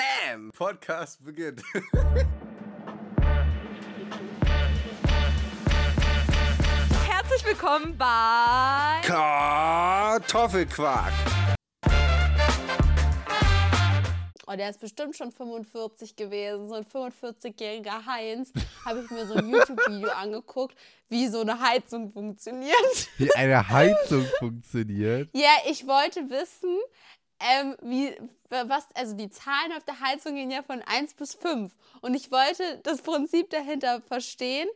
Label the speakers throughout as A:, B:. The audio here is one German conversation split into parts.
A: Bam! Podcast beginnt.
B: Herzlich willkommen bei.
A: Kartoffelquark.
C: Oh, der ist bestimmt schon 45 gewesen. So ein 45-jähriger Heinz. Habe ich mir so ein YouTube-Video angeguckt, wie so eine Heizung funktioniert.
D: Wie eine Heizung funktioniert.
C: Ja, ich wollte wissen, ähm, wie, was, also die Zahlen auf der Heizung gehen ja von 1 bis 5. Und ich wollte das Prinzip dahinter verstehen.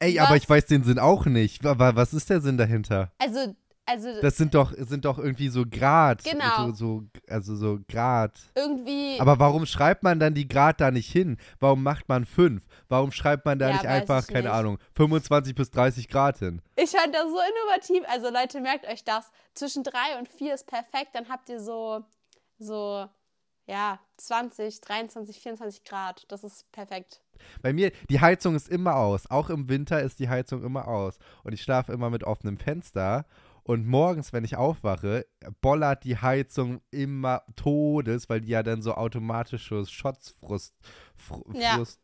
D: Ey,
C: Was?
D: aber ich weiß den Sinn auch nicht. Aber was ist der Sinn dahinter?
C: Also, also
D: Das sind doch, sind doch irgendwie so Grad.
C: Genau.
D: So, so, also so Grad.
C: irgendwie.
D: Aber warum schreibt man dann die Grad da nicht hin? Warum macht man 5? Warum schreibt man da
C: Ja,
D: nicht
C: weiß
D: einfach,
C: ich
D: keine
C: nicht.
D: Ahnung, 25 bis 30 Grad hin?
C: Ich fand das so innovativ. Also Leute, merkt euch das. Zwischen drei und vier ist perfekt. Dann habt ihr so, so, ja, 20, 23, 24 Grad. Das ist perfekt.
D: Bei mir, die Heizung ist immer aus. Auch im Winter ist die Heizung immer aus. Und ich schlafe immer mit offenem Fenster. Und morgens, wenn ich aufwache, bollert die Heizung immer Todes, weil die ja dann so automatisches Schotzfrust. Fr
C: Ja. Oh,
D: Frust,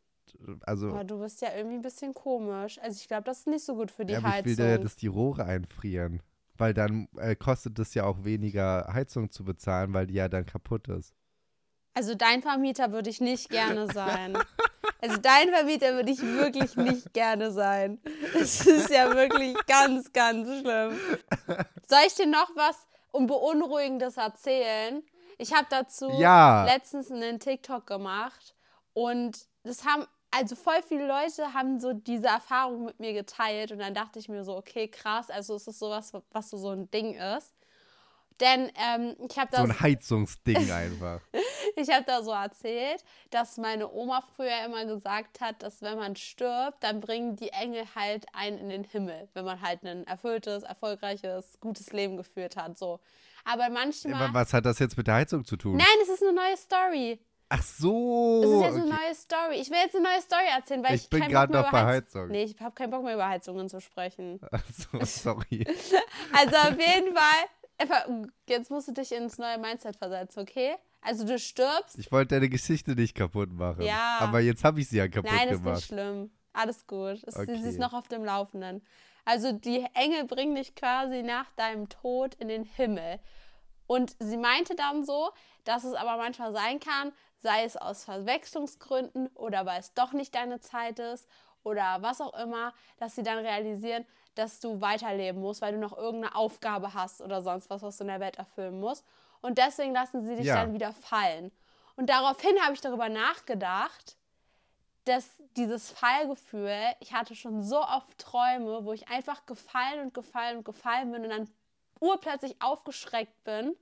D: also,
C: Aber du bist ja irgendwie ein bisschen komisch. Also ich glaube, das ist nicht so gut für die
D: ja, aber ich
C: Heizung.
D: will ja, dass die Rohre einfrieren. Weil dann äh, kostet es ja auch weniger Heizung zu bezahlen, weil die ja dann kaputt ist.
C: also dein Vermieter würde ich nicht gerne sein. Also dein Vermieter würde ich wirklich nicht gerne sein. Das ist ja wirklich ganz, ganz schlimm. Soll ich dir noch was um Beunruhigendes erzählen? Ich habe dazu
D: Ja.
C: letztens einen TikTok gemacht und das haben, also voll viele Leute haben so diese Erfahrung mit mir geteilt und dann dachte ich mir so, okay, krass, also es ist sowas, was so, so ein Ding ist. Denn ähm, ich habe
D: so
C: das,
D: ein Heizungsding einfach.
C: ich habe da so erzählt, dass meine Oma früher immer gesagt hat, dass wenn man stirbt, dann bringen die Engel halt einen in den Himmel, wenn man halt ein erfülltes, erfolgreiches, gutes Leben geführt hat. So. Aber manchmal.
D: Was hat das jetzt mit der Heizung zu tun?
C: Nein, es ist eine neue Story.
D: Ach so.
C: Es ist jetzt eine
D: Oh, okay.
C: neue Story. Ich will jetzt eine neue Story erzählen, weil ich,
D: Ich bin
C: keinen
D: grad
C: Bock mehr
D: noch
C: über
D: bei
C: Heiz-
D: Heizung.
C: Nee, ich habe keinen Bock mehr über Heizungen zu sprechen.
D: Ach so, sorry.
C: Also auf jeden Fall, einfach, jetzt musst du dich ins neue Mindset versetzen, okay? Also du stirbst.
D: Ich wollte deine Geschichte nicht kaputt machen.
C: Ja.
D: Aber jetzt habe ich sie ja kaputt
C: Nein, ist nicht
D: gemacht.
C: schlimm. Alles gut. Es, Sie
D: Okay.
C: ist noch auf dem Laufenden. Also die Engel bringen dich quasi nach deinem Tod in den Himmel. Und sie meinte dann so, dass es aber manchmal sein kann, sei es aus Verwechslungsgründen oder weil es doch nicht deine Zeit ist oder was auch immer, dass sie dann realisieren, dass du weiterleben musst, weil du noch irgendeine Aufgabe hast oder sonst was, was du in der Welt erfüllen musst. Und deswegen lassen sie dich
D: Ja.
C: dann wieder fallen. Und daraufhin habe ich darüber nachgedacht, dass dieses Fallgefühl, ich hatte schon so oft Träume, wo ich einfach gefallen und gefallen und gefallen bin und dann urplötzlich aufgeschreckt bin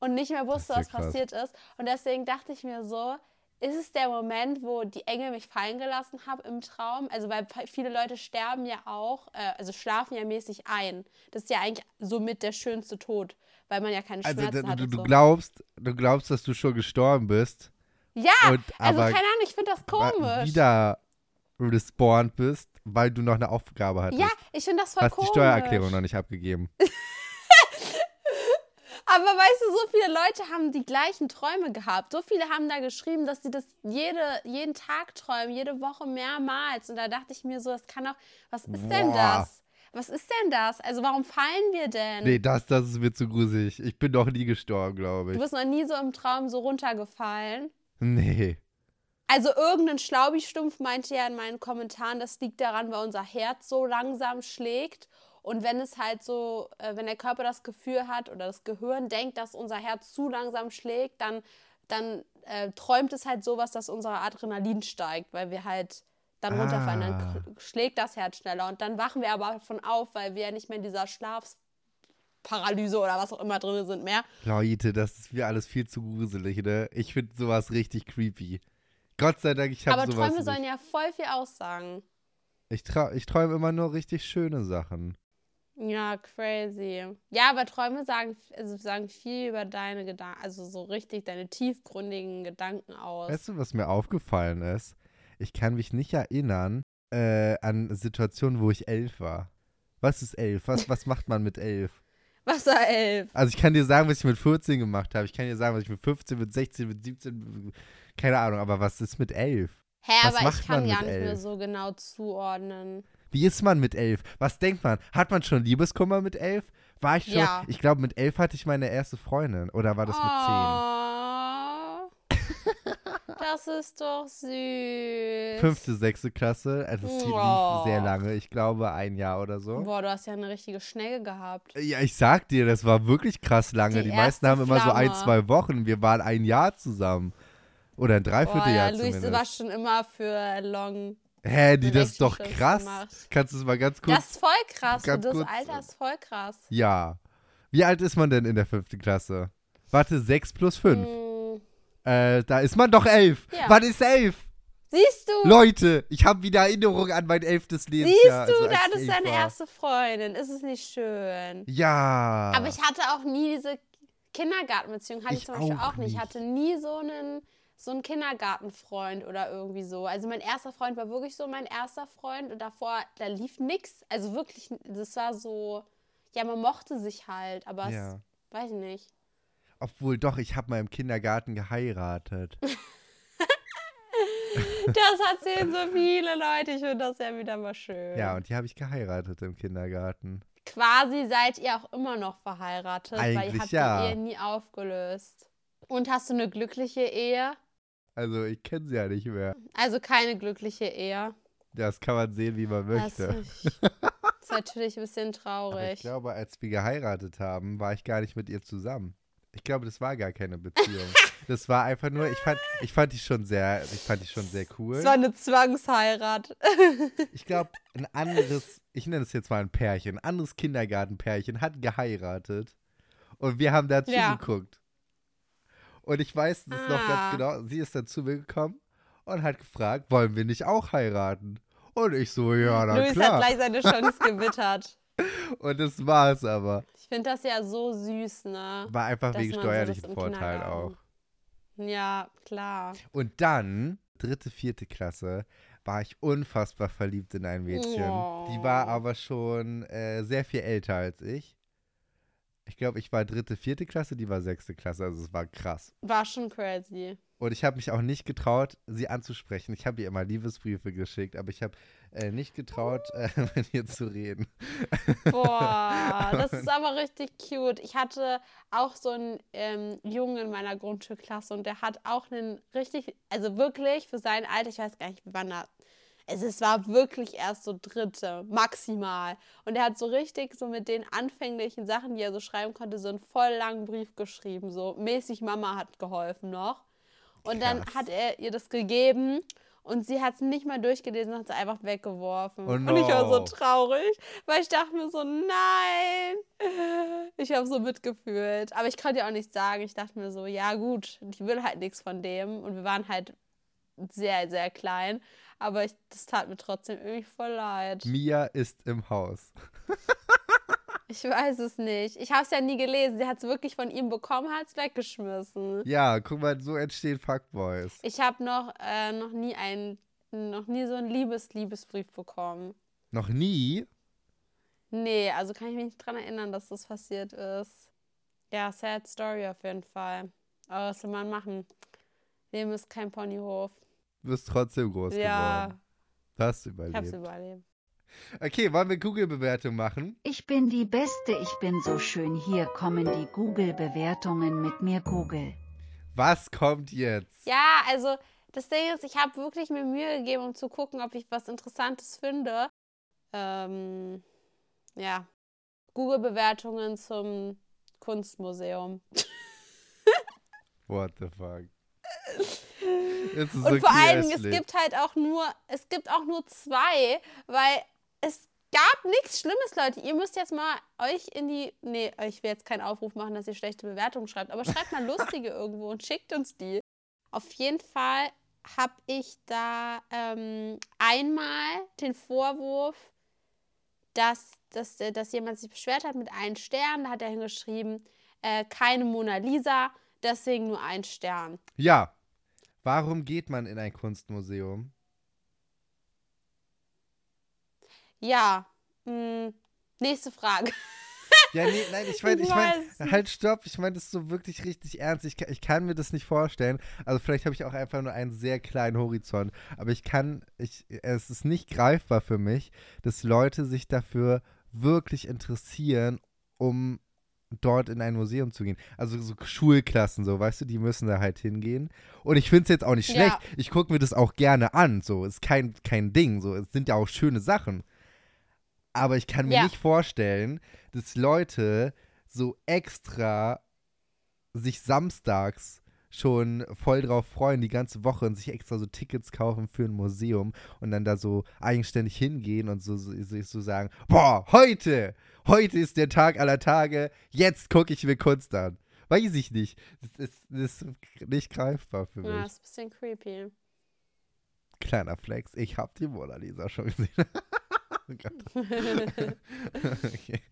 C: und nicht mehr wusste,
D: Das
C: was
D: ist ja krass.
C: passiert ist. Und deswegen dachte ich mir so, ist es der Moment, wo die Engel mich fallen gelassen haben im Traum? Also weil viele Leute sterben ja auch, äh, also schlafen ja mäßig ein. Das ist ja eigentlich somit der schönste Tod, weil man ja keine Schmerzen
D: Also du,
C: hat.
D: du,
C: und
D: du
C: so.
D: glaubst, du glaubst, dass du schon gestorben bist,
C: ja,
D: und
C: also
D: aber
C: keine Ahnung, ich finde das
D: wa-
C: komisch.
D: wieder respawned bist, weil du noch eine Aufgabe hattest.
C: Ja, ich finde das voll
D: Hast die
C: komisch. Äh.
D: Steuererklärung noch nicht abgegeben.
C: Aber weißt du, so viele Leute haben die gleichen Träume gehabt. So viele haben da geschrieben, dass sie das jede, jeden Tag träumen, jede Woche mehrmals. Und da dachte ich mir so, das kann doch. Was ist denn
D: Boah.
C: das? Was ist denn das? Also warum fallen wir denn?
D: Nee, das, das ist mir zu gruselig. Ich bin noch nie gestorben, glaube
C: Du
D: ich.
C: bist noch nie so im Traum so runtergefallen.
D: Nee.
C: Also irgendein Schlaubi-Stumpf meinte ja in meinen Kommentaren, das liegt daran, weil unser Herz so langsam schlägt. Und wenn es halt so, äh, wenn der Körper das Gefühl hat oder das Gehirn denkt, dass unser Herz zu langsam schlägt, dann, dann äh, träumt es halt sowas, dass unser Adrenalin steigt, weil wir halt dann
D: Ah.
C: runterfallen. Dann k- schlägt das Herz schneller. Und dann wachen wir aber davon auf, weil wir ja nicht mehr in dieser Schlafparalyse oder was auch immer drin sind mehr.
D: Leute, das ist mir alles viel zu gruselig, ne? Ich finde sowas richtig creepy. Gott sei Dank, ich habe
C: Aber
D: sowas
C: Träume
D: nicht.
C: sollen ja voll viel aussagen.
D: Ich, trau ich träume immer nur richtig schöne Sachen.
C: Ja, crazy. Ja, aber Träume sagen, also sagen viel über deine Gedanken, also so richtig deine tiefgründigen Gedanken aus.
D: Weißt du, was mir aufgefallen ist? Ich kann mich nicht erinnern äh, an Situationen, wo ich elf war. Was ist elf? Was, was macht man mit elf?
C: Wasserelf.
D: Also ich kann dir sagen, was ich mit 14 gemacht habe. Ich kann dir sagen, was ich mit 15, mit 16, mit 17, keine Ahnung, aber was ist mit 11?
C: Hä,
D: Was
C: aber ich
D: macht
C: kann
D: man
C: gar
D: mit
C: nicht mehr
D: elf?
C: so genau zuordnen.
D: Wie ist man mit 11? Was denkt man? Hat man schon Liebeskummer mit 11? War ich schon?
C: Ja.
D: Ich glaube, mit 11 hatte ich meine erste Freundin. Oder war das mit
C: oh, das ist doch süß.
D: 10? Fünfte, sechste Klasse. Also es lief
C: Oh.
D: sehr lange. Ich glaube, ein Jahr oder so.
C: Boah, du hast ja eine richtige Schnecke gehabt.
D: Ja, ich sag dir, das war wirklich krass lange.
C: Die
D: Die, meisten
C: erste
D: haben immer so ein,
C: Flamme.
D: zwei Wochen. Wir waren ein Jahr zusammen. Oder ein
C: Boah, Oh ja,
D: Dreivierteljahr
C: Luis
D: zumindest.
C: war schon immer für Long.
D: Hä, die, das ist doch
C: Relationships
D: krass.
C: gemacht.
D: Kannst du es mal ganz kurz?
C: Das ist voll krass.
D: ganz
C: das
D: kurz,
C: Alter ist voll krass.
D: ja. Wie alt ist man denn in der fünften Klasse? Warte, 6 plus 5.
C: Hm,
D: Äh, da ist man doch 11.
C: Ja. Hm.
D: Wann ist 11?
C: Siehst du?
D: Leute, ich habe wieder Erinnerungen an mein elftes Lebensjahr.
C: Siehst du,
D: also als
C: da
D: ich
C: hattest du
D: elf
C: deine
D: war.
C: erste Freundin. Ist es nicht schön?
D: Ja.
C: Aber ich hatte auch nie diese Kindergartenbeziehung, hatte ich,
D: Ich
C: zum Beispiel auch,
D: auch
C: nicht. Ich
D: nicht.
C: hatte nie so einen, so einen Kindergartenfreund oder irgendwie so. Also mein erster Freund war wirklich so mein erster Freund und davor, da lief nichts. Also wirklich, das war so, ja, man mochte sich halt, aber es,
D: Ja.
C: weiß ich nicht.
D: Obwohl doch, ich habe mal im Kindergarten geheiratet.
C: Hm. Das erzählen so viele Leute, ich finde das ja wieder mal schön.
D: ja, und die habe ich geheiratet im Kindergarten.
C: Quasi seid ihr auch immer noch verheiratet, weil ihr
D: Eigentlich
C: habt
D: ja.
C: die Ehe nie aufgelöst. Und hast du eine glückliche Ehe?
D: Also ich kenne sie ja nicht mehr.
C: Also keine glückliche Ehe.
D: Das kann man sehen, wie man
C: Das
D: möchte.
C: ist ist natürlich ein bisschen
D: Aber ich
C: traurig.
D: glaube, als wir geheiratet haben, war ich gar nicht mit ihr zusammen. Ich glaube, das war gar keine Beziehung. das war einfach nur, ich fand, ich fand die schon sehr, ich fand die schon sehr cool.
C: Es war eine Zwangsheirat.
D: Ich glaube, ein anderes, ich nenne es jetzt mal ein Pärchen, ein anderes Kindergartenpärchen hat geheiratet und wir haben dazu
C: Ja.
D: geguckt. Und ich weiß das noch
C: Ah.
D: ganz genau, sie ist dann zu mir gekommen und hat gefragt, wollen wir nicht auch heiraten? Und ich so, ja, na
C: Luis hat
D: klar.
C: gleich seine Chance gewittert.
D: Und das war es aber.
C: Ich finde das ja so süß, ne?
D: War einfach
C: Dass
D: wegen
C: man so das
D: steuerlichen
C: im
D: Vorteil
C: Kindergarten-
D: auch.
C: Ja, klar.
D: Und dann, dritte, vierte Klasse, war ich unfassbar verliebt in ein Mädchen. Die war
C: Oh.
D: aber schon äh, sehr viel älter als ich. Ich glaube, ich war dritte, vierte Klasse, die war sechste Klasse, also es war krass.
C: War schon crazy.
D: Und ich habe mich auch nicht getraut, sie anzusprechen. Ich habe ihr immer Liebesbriefe geschickt, aber ich habe äh, nicht getraut, äh, mit ihr zu reden.
C: Boah, das ist aber richtig cute. Ich hatte auch so einen ähm, Jungen in meiner Grundschulklasse und der hat auch einen richtig, also wirklich für sein Alter, ich weiß gar nicht, wann er. Es ist- war wirklich erst so dritte, maximal. Und er hat so richtig so mit den anfänglichen Sachen, die er so schreiben konnte, so einen voll langen Brief geschrieben. So mäßig Mama hat geholfen noch. Und dann
D: Krass.
C: hat er ihr das gegeben und sie hat es nicht mal durchgelesen, hat es einfach weggeworfen.
D: Oh
C: Und ich war so
D: no.
C: traurig, weil ich dachte mir so, nein. Ich habe so mitgefühlt. Aber ich konnte ja auch nichts sagen. Ich dachte mir so, ja gut, ich will halt nichts von dem. Und wir waren halt sehr, sehr klein. Aber ich, das tat mir trotzdem irgendwie voll leid.
D: Mia ist im Haus.
C: Ich weiß es nicht. Ich habe es ja nie gelesen. Sie hat es wirklich von ihm bekommen, hat es weggeschmissen.
D: Ja, guck mal, so entstehen Fuckboys.
C: Ich habe noch, äh, noch nie einen, noch nie so einen Liebes-Liebesbrief bekommen.
D: Noch nie?
C: Nee, also kann ich mich nicht dran erinnern, dass das passiert ist. Ja, sad story auf jeden Fall. Aber was will man machen? Leben ist kein Ponyhof.
D: Du bist trotzdem groß
C: ja,
D: geworden. Du hast
C: ich hab's
D: überlebt.
C: überlebt.
D: Okay, wollen wir Google-Bewertung machen?
A: Ich bin die Beste, ich bin so schön. Hier kommen die Google-Bewertungen mit mir Google.
D: Was kommt jetzt?
C: Ja, also das Ding ist, ich habe wirklich mir Mühe gegeben, um zu gucken, ob ich was Interessantes finde. Ähm, ja. Google-Bewertungen zum Kunstmuseum.
D: What the fuck? Es ist
C: Und
D: so
C: vor allem, es
D: kirchlich.
C: gibt halt auch nur, es gibt auch nur zwei, weil es gab nichts Schlimmes, Leute. Ihr müsst jetzt mal euch in die, nee, ich will jetzt keinen Aufruf machen, dass ihr schlechte Bewertungen schreibt, aber schreibt mal lustige irgendwo und schickt uns die. Auf jeden Fall habe ich da ähm, einmal den Vorwurf, dass, dass, äh, dass jemand sich beschwert hat mit einem Stern. Da hat er hingeschrieben, äh, keine Mona Lisa, deswegen nur ein Stern.
D: Ja. Warum geht man in ein Kunstmuseum?
C: Ja. mm, Nächste Frage.
D: Ja, nee, nein, ich meine,
C: Ich
D: ich meine,
C: weiß.
D: halt stopp, ich meine das ist so wirklich richtig ernst. Ich, ka- ich kann mir das nicht vorstellen. Also vielleicht habe ich auch einfach nur einen sehr kleinen Horizont, aber ich kann, ich, es ist nicht greifbar für mich, dass Leute sich dafür wirklich interessieren, um dort in ein Museum zu gehen. Also so Schulklassen, so, weißt du, die müssen da halt hingehen. Und ich finde es jetzt auch nicht
C: Ja.
D: schlecht. Ich gucke mir das auch gerne an. So, ist kein, kein Ding. So, es sind ja auch schöne Sachen. Aber ich kann mir
C: Ja.
D: nicht vorstellen, dass Leute so extra sich samstags schon voll drauf freuen, die ganze Woche und sich extra so Tickets kaufen für ein Museum und dann da so eigenständig hingehen und so, so, so, so sagen, boah, heute, heute ist der Tag aller Tage, jetzt gucke ich mir Kunst an. Weiß ich nicht. Das ist, das ist nicht greifbar für mich.
C: Ja, Ah, ist ein bisschen creepy.
D: Kleiner Flex, ich habe die Mona Lisa schon gesehen. oh Gott. okay.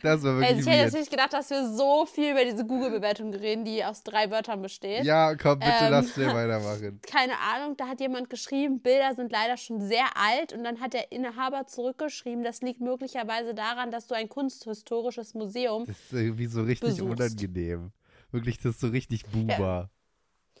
D: Das war
C: Also
D: wirklich
C: ich hätte jetzt
D: weird.
C: nicht gedacht, dass wir so viel über diese Google-Bewertung reden, die aus drei Wörtern besteht.
D: Ja, komm, bitte
C: Ähm.
D: lass mir weitermachen.
C: Keine Ahnung, da hat jemand geschrieben, Bilder sind leider schon sehr alt und dann hat der Inhaber zurückgeschrieben, das liegt möglicherweise daran, dass du ein kunsthistorisches Museum
D: Das ist irgendwie so richtig
C: Besuchst.
D: unangenehm. Wirklich, das ist so richtig Buba.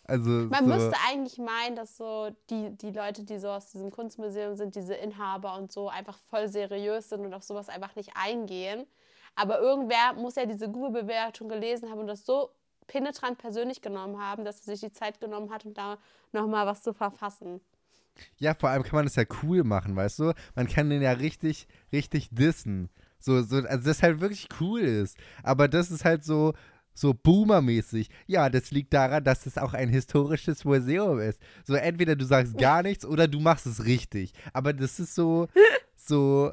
D: Also,
C: Man
D: so,
C: müsste eigentlich meinen, dass so die, die Leute, die so aus diesem Kunstmuseum sind, diese Inhaber und so, einfach voll seriös sind und auf sowas einfach nicht eingehen. Aber irgendwer muss ja diese Google-Bewertung gelesen haben und das so penetrant persönlich genommen haben, dass er sich die Zeit genommen hat, um da nochmal was zu verfassen.
D: ja, vor allem kann man das ja cool machen, weißt du? Man kann den ja richtig, richtig dissen. So, so, also das halt wirklich cool ist. Aber das ist halt so, so Boomer-mäßig. Ja, das liegt daran, dass es auch ein historisches Museum ist. So, entweder du sagst gar nichts oder du machst es richtig. Aber das ist so, so,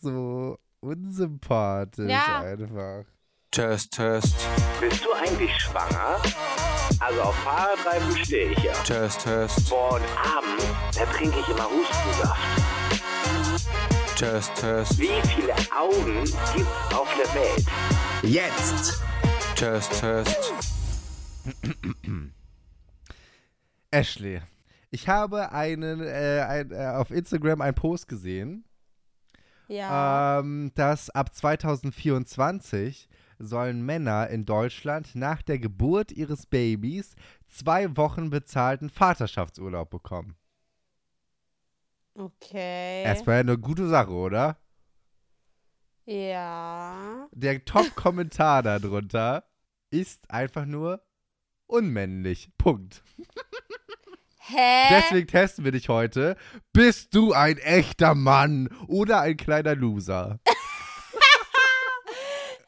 D: so unsympathisch
C: Ja.
D: einfach.
E: Test, Test,
F: Bist du eigentlich schwanger? Also auf Fahrradreifen stehe ich ja.
E: Test, Test,
F: Boah, und abends, da trinke ich immer Hustensaft.
E: Test, Test,
F: Wie viele Augen gibt's auf der Welt? Jetzt!
E: Test, Test.
D: Ashley, ich habe einen, äh, ein, äh, auf Instagram einen Post gesehen,
C: Ja.
D: ähm, dass ab 2024 sollen Männer in Deutschland nach der Geburt ihres Babys zwei Wochen bezahlten Vaterschaftsurlaub bekommen.
C: okay.
D: Erstmal eine gute Sache, oder?
C: Ja.
D: Der Top-Kommentar darunter ist einfach nur unmännlich. Punkt.
C: Hä?
D: Deswegen testen wir dich heute. Bist du ein echter Mann oder ein kleiner Loser?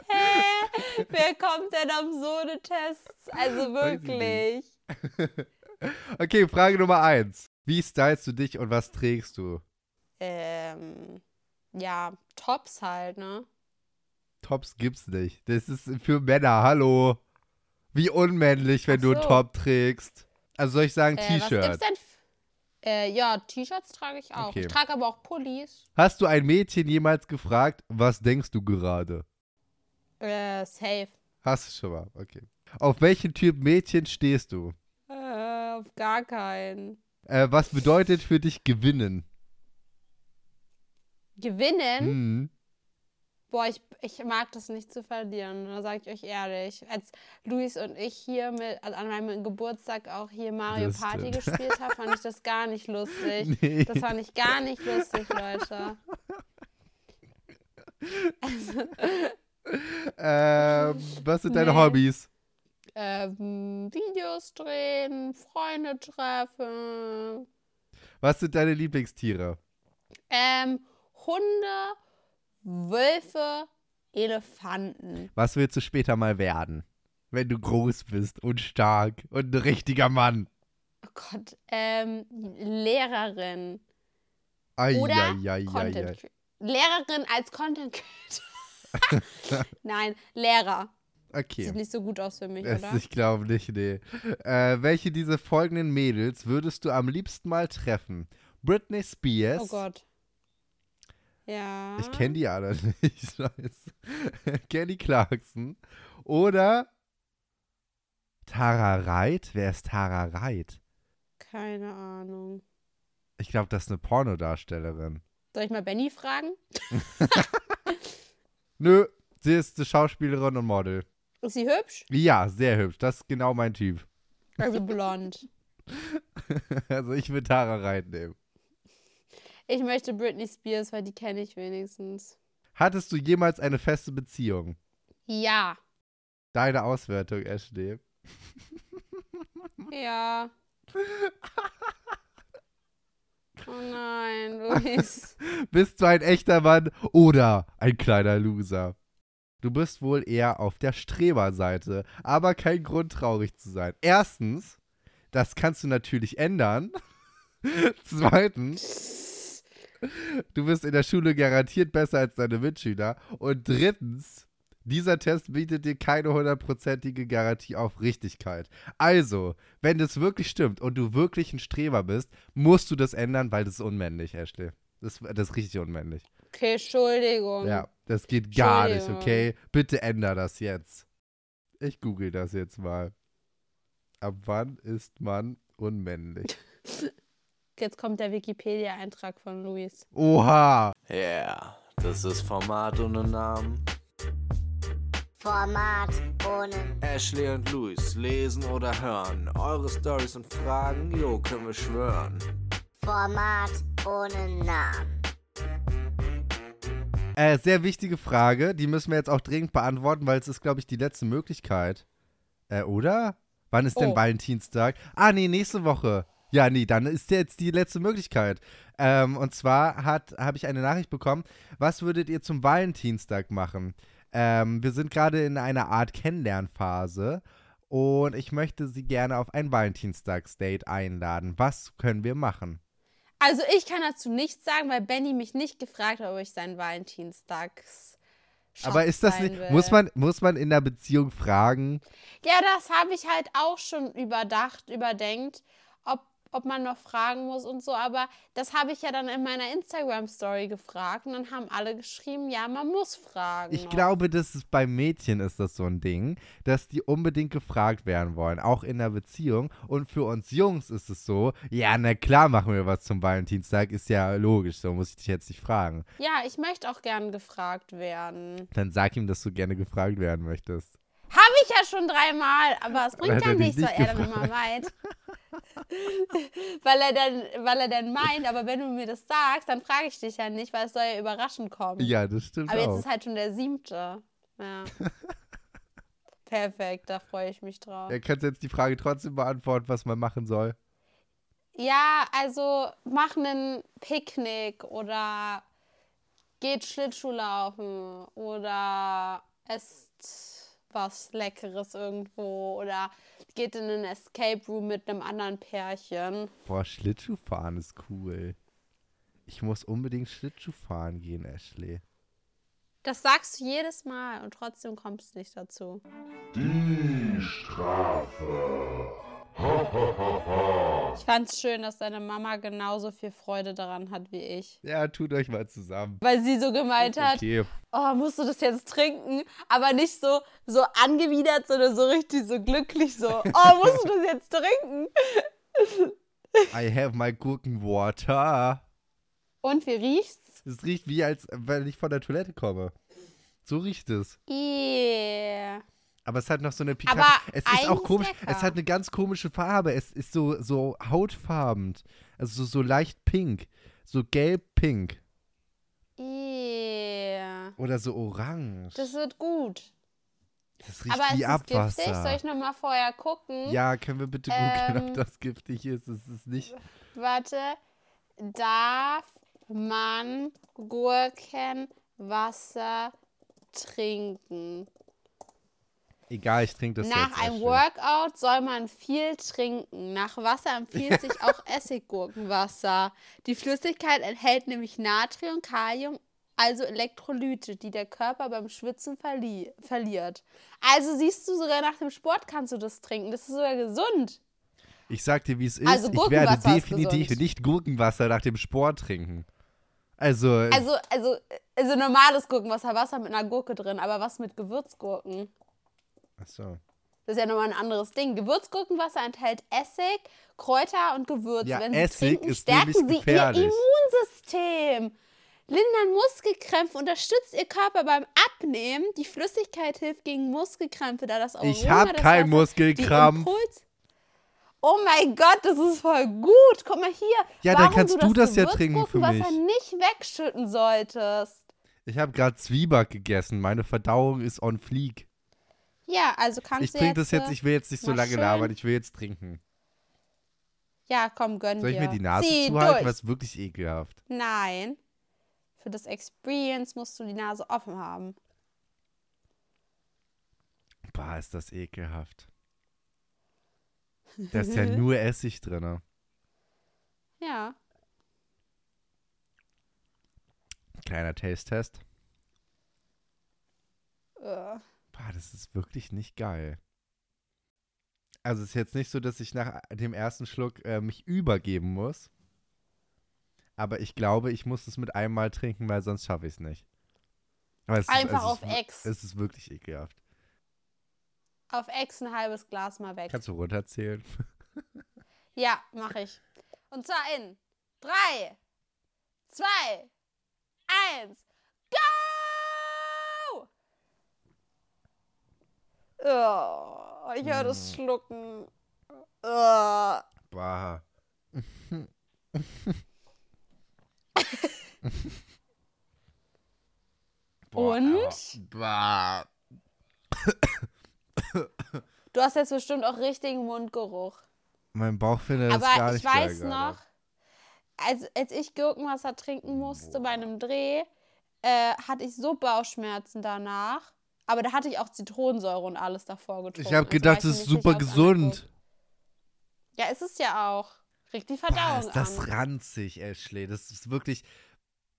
C: Hä? Wer kommt denn auf so eine Tests? Also
D: Weiß ich
C: wirklich.
D: Okay, Frage Nummer eins. Wie stylst du dich und was trägst du?
C: Ähm, ja, Tops halt, ne?
D: Tops gibt's nicht. Das ist für Männer, hallo. Wie unmännlich, wenn
C: Ach
D: du einen
C: so.
D: Top trägst. Also soll ich sagen
C: Äh, was gibt's
D: T-Shirt?
C: denn? f- Äh, ja, T-Shirts trage ich auch.
D: Okay.
C: Ich trage aber auch Pullis.
D: Hast du ein Mädchen jemals gefragt, was denkst du gerade?
C: Äh, safe.
D: Hast du schon mal, okay. Auf welchen Typ Mädchen stehst du?
C: Äh, auf gar keinen.
D: Äh, was bedeutet für dich gewinnen?
C: Gewinnen?
D: Hm.
C: Boah, ich, ich mag das nicht zu verlieren, da sage ich euch ehrlich. Als Luis und ich hier mit, also an meinem Geburtstag auch hier Mario
D: Das
C: Party
D: stimmt.
C: gespielt haben, fand ich das gar nicht lustig.
D: Nee.
C: Das fand ich gar nicht lustig, Leute.
D: Ähm, was sind deine
C: Nee.
D: Hobbys?
C: Ähm, Videos drehen, Freunde treffen,
D: Was sind deine Lieblingstiere?
C: Ähm, Hunde, Wölfe, Elefanten.
D: Was willst du später mal werden? Wenn du groß bist und stark und ein richtiger Mann.
C: Oh Gott, ähm, Lehrerin
D: Ai,
C: oder
D: ai, ai, ai, ai.
C: Content Lehrerin als Content Creator. Nein, Lehrer. Sieht
D: Okay.
C: nicht so gut aus für mich,
D: Es,
C: oder?
D: ich glaube nicht, nee. Äh, welche dieser folgenden Mädels würdest du am liebsten mal treffen? Britney Spears.
C: Oh Gott. hm? Ja.
D: Ich kenne die alle nicht. Scheiße. Kelly Clarkson. Oder Tara Reit. Wer ist Tara Reit?
C: Keine Ahnung.
D: Ich glaube, das ist eine Pornodarstellerin.
C: Soll ich mal Benny fragen?
D: Nö, Sie ist eine Schauspielerin und Model.
C: Ist sie hübsch?
D: Ja, sehr hübsch. Das ist genau mein Typ.
C: Also blond.
D: Also ich würde Tara reinnehmen.
C: Ich möchte Britney Spears, weil die kenne ich wenigstens.
D: Hattest du jemals eine feste Beziehung?
C: Ja.
D: Deine Auswertung, Ashley.
C: Ja. Oh nein, Luis.
D: Bist du ein echter Mann oder ein kleiner Loser? Du bist wohl eher auf der Streberseite, aber kein Grund traurig zu sein. Erstens, das kannst du natürlich ändern. Zweitens, du bist in der Schule garantiert besser als deine Mitschüler. Und drittens, dieser Test bietet dir keine hundertprozentige Garantie auf Richtigkeit. Also, wenn das wirklich stimmt und du wirklich ein Streber bist, musst du das ändern, weil das ist unmännlich, Ashley. Das, das ist richtig unmännlich.
C: Okay, Entschuldigung.
D: Ja, das geht gar nicht,
C: Entschuldigung.
D: okay? Bitte änder das jetzt. Ich google das jetzt mal. Ab wann ist man unmännlich?
C: Jetzt kommt der Wikipedia-Eintrag von Luis.
D: Oha!
G: Yeah, das ist Format ohne Namen.
H: Format ohne
G: Ashley und Luis lesen oder hören. Eure Stories und Fragen, jo, können wir schwören.
H: Format ohne Namen.
D: Äh, sehr wichtige Frage, die müssen wir jetzt auch dringend beantworten, weil es ist, glaube ich, die letzte Möglichkeit. Äh, oder? Wann ist denn
C: Oh.
D: Valentinstag? Ah, nee, nächste Woche. Ja, nee, dann ist jetzt die letzte Möglichkeit. Ähm, und zwar habe ich eine Nachricht bekommen. Was würdet ihr zum Valentinstag machen? Ähm, wir sind gerade in einer Art Kennenlernphase und ich möchte sie gerne auf ein Valentinstagsdate einladen. Was können wir machen?
C: Also ich kann dazu nichts sagen, weil Benny mich nicht gefragt hat, ob ich seinen Valentinstags.
D: Aber ist das
C: sein
D: nicht,
C: will.
D: muss man, muss man in der Beziehung fragen?
C: Ja, das habe ich halt auch schon überdacht, überdenkt, ob, ob man noch fragen muss und so. Aber das habe ich ja dann in meiner Instagram-Story gefragt und dann haben alle geschrieben, ja, man muss fragen.
D: Ich
C: noch.
D: glaube, dass es bei Mädchen ist das so ein Ding, dass die unbedingt gefragt werden wollen, auch in der Beziehung. Und für uns Jungs ist es so, ja, na klar machen wir was zum Valentinstag, ist ja logisch, so muss ich dich jetzt nicht fragen.
C: Ja, ich möchte auch gern gefragt werden.
D: Dann sag ihm, dass du gerne gefragt werden möchtest.
C: Habe ich ja schon dreimal, aber es bringt
D: hat
C: ja
D: er dich
C: nichts, weil
D: nicht
C: er dann immer meint. weil, er dann, weil er dann meint, aber wenn du mir das sagst, dann frage ich dich ja nicht, weil es soll ja überraschend kommen.
D: Ja, genau. das stimmt
C: Mhm. aber jetzt
D: auch.
C: ist halt schon der siebte. Ja. Perfekt, da freue ich mich drauf.
D: Er kann jetzt die Frage trotzdem beantworten, was man machen soll.
C: Ja, also mach einen Picknick oder geht Schlittschuh laufen oder esst was Leckeres irgendwo oder geht in einen Escape Room mit einem anderen Pärchen.
D: Boah, Schlittschuhfahren ist cool. Ich muss unbedingt Schlittschuhfahren gehen, Ashley.
C: Das sagst du jedes Mal und trotzdem kommst du nicht dazu. Die Strafe. Ich fand's schön, dass deine Mama genauso viel Freude daran hat wie ich.
D: Ja, tut euch mal zusammen.
C: Weil sie so gemeint hat,
D: Okay.
C: oh, musst du das jetzt trinken? Aber nicht so, so angewidert, sondern so richtig so glücklich so, oh, musst du das jetzt trinken?
D: I have my Gurkenwater.
C: Und wie riecht's?
D: Es riecht wie, als wenn ich von der Toilette komme. So riecht es.
C: Yeah.
D: Aber es hat noch so eine pikante.
C: Aber
D: es ist auch
C: eigentlich
D: komisch.
C: lecker.
D: Es hat eine ganz komische Farbe. Es ist so, so hautfarbend. Also so, so leicht pink. So gelb-pink.
C: Yeah.
D: Oder so orange.
C: Das wird gut.
D: Das riecht
C: Aber
D: wie
C: es ist
D: Abwasser.
C: giftig. Soll ich nochmal vorher gucken?
D: ja, können wir bitte googeln,
C: Ähm.
D: ob das giftig ist? Es ist nicht.
C: Warte. Darf man Gurkenwasser trinken?
D: Egal, ich trinke das jetzt.
C: Nach einem
D: Ashley.
C: Workout soll man viel trinken. Nach Wasser empfiehlt sich auch Essiggurkenwasser. Die Flüssigkeit enthält nämlich Natrium, Kalium, also Elektrolyte, die der Körper beim Schwitzen verli verliert. Also siehst du, sogar nach dem Sport kannst du das trinken. Das ist sogar gesund.
D: Ich sag dir, wie es ist.
C: Also
D: ich werde
C: Gurkenwasser ist
D: definitiv
C: gesund.
D: nicht Gurkenwasser nach dem Sport trinken. Also,
C: Also, also, also normales Gurkenwasser, Wasser mit einer Gurke drin, aber was mit Gewürzgurken?
D: achso.
C: Das ist ja nochmal ein anderes Ding. Gewürzgurkenwasser enthält Essig, Kräuter und Gewürz.
D: Ja,
C: Wenn sie
D: Essig
C: trinken, eh
D: ist nämlich
C: stärken sie ihr
D: gefährlich.
C: Immunsystem. Lindern Muskelkrämpfe, unterstützt ihr Körper beim Abnehmen. Die Flüssigkeit hilft gegen Muskelkrämpfe, da das Aroma
D: Ich hab
C: des
D: keinen
C: Wassers-
D: Muskelkrampf.
C: die Impuls- Oh mein Gott, das ist voll gut. Guck mal hier.
D: Ja, dann
C: warum
D: kannst
C: du
D: du
C: das,
D: das ja trinken für
C: Gewürzgurkenwasser
D: mich.
C: nicht wegschütten solltest.
D: Ich habe gerade Zwieback gegessen. Meine Verdauung ist on fleek.
C: Ja, also kannst
D: Ich
C: du
D: trinke das jetzt,
C: äh,
D: ich will jetzt nicht so
C: mal
D: lange
C: schön-
D: labern, ich will jetzt trinken.
C: Ja, komm, gönn
D: Soll ich
C: dir.
D: mir die Nase
C: Zieh
D: zuhalten?
C: durch.
D: Das ist wirklich ekelhaft.
C: Nein. Für das Experience musst du die Nase offen haben.
D: Bah, ist das ekelhaft. Da ist ja nur Essig drin. ne?
C: Ja.
D: Kleiner Taste-Test.
C: Äh,
D: Boah, das ist wirklich nicht geil. Also es ist jetzt nicht so, dass ich nach dem ersten Schluck äh, mich übergeben muss. Aber ich glaube, ich muss es mit einmal trinken, weil sonst schaffe ich es nicht. Aber es
C: Einfach auf
D: ist, wir-
C: Ex.
D: Es ist wirklich ekelhaft.
C: Auf Ex ein halbes Glas mal weg.
D: Kannst du runterzählen?
C: Ja, mache ich. Und zwar in 3, 2, 1, go! Oh, ich höre das Schlucken. Oh.
D: Bah. aber-
C: Und?
D: bah.
C: Du hast jetzt bestimmt auch richtigen Mundgeruch.
D: Mein Bauch findet das gar
C: Aber ich
D: nicht
C: weiß
D: geil gerade.
C: noch, als, als ich Gurkenwasser trinken musste bei einem Dreh, äh, hatte ich so Bauchschmerzen danach. Aber da hatte ich auch Zitronensäure und alles davor getrunken.
D: Ich habe
C: Also war
D: gedacht,
C: mir
D: das ist
C: nicht sicher,
D: super
C: ob's angeguckt.
D: gesund.
C: Ja, ist es ja auch. Regt die
D: Bah,
C: Verdauung
D: ist das
C: an.
D: ranzig, Ashley. Das ist wirklich.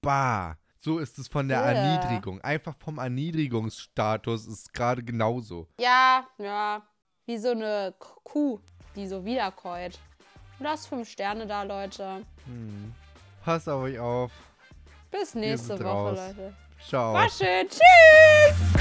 D: Bah. So ist es von der
C: Ugh.
D: Erniedrigung. Einfach vom Erniedrigungsstatus ist gerade genauso.
C: Ja, ja. Wie so eine K- Kuh, die so wiederkäut. Du hast fünf Sterne da, Leute.
D: Passt auf euch auf.
C: Bis nächste
D: sind
C: Woche,
D: raus.
C: Leute.
D: Ciao.
C: War schön. Tschüss!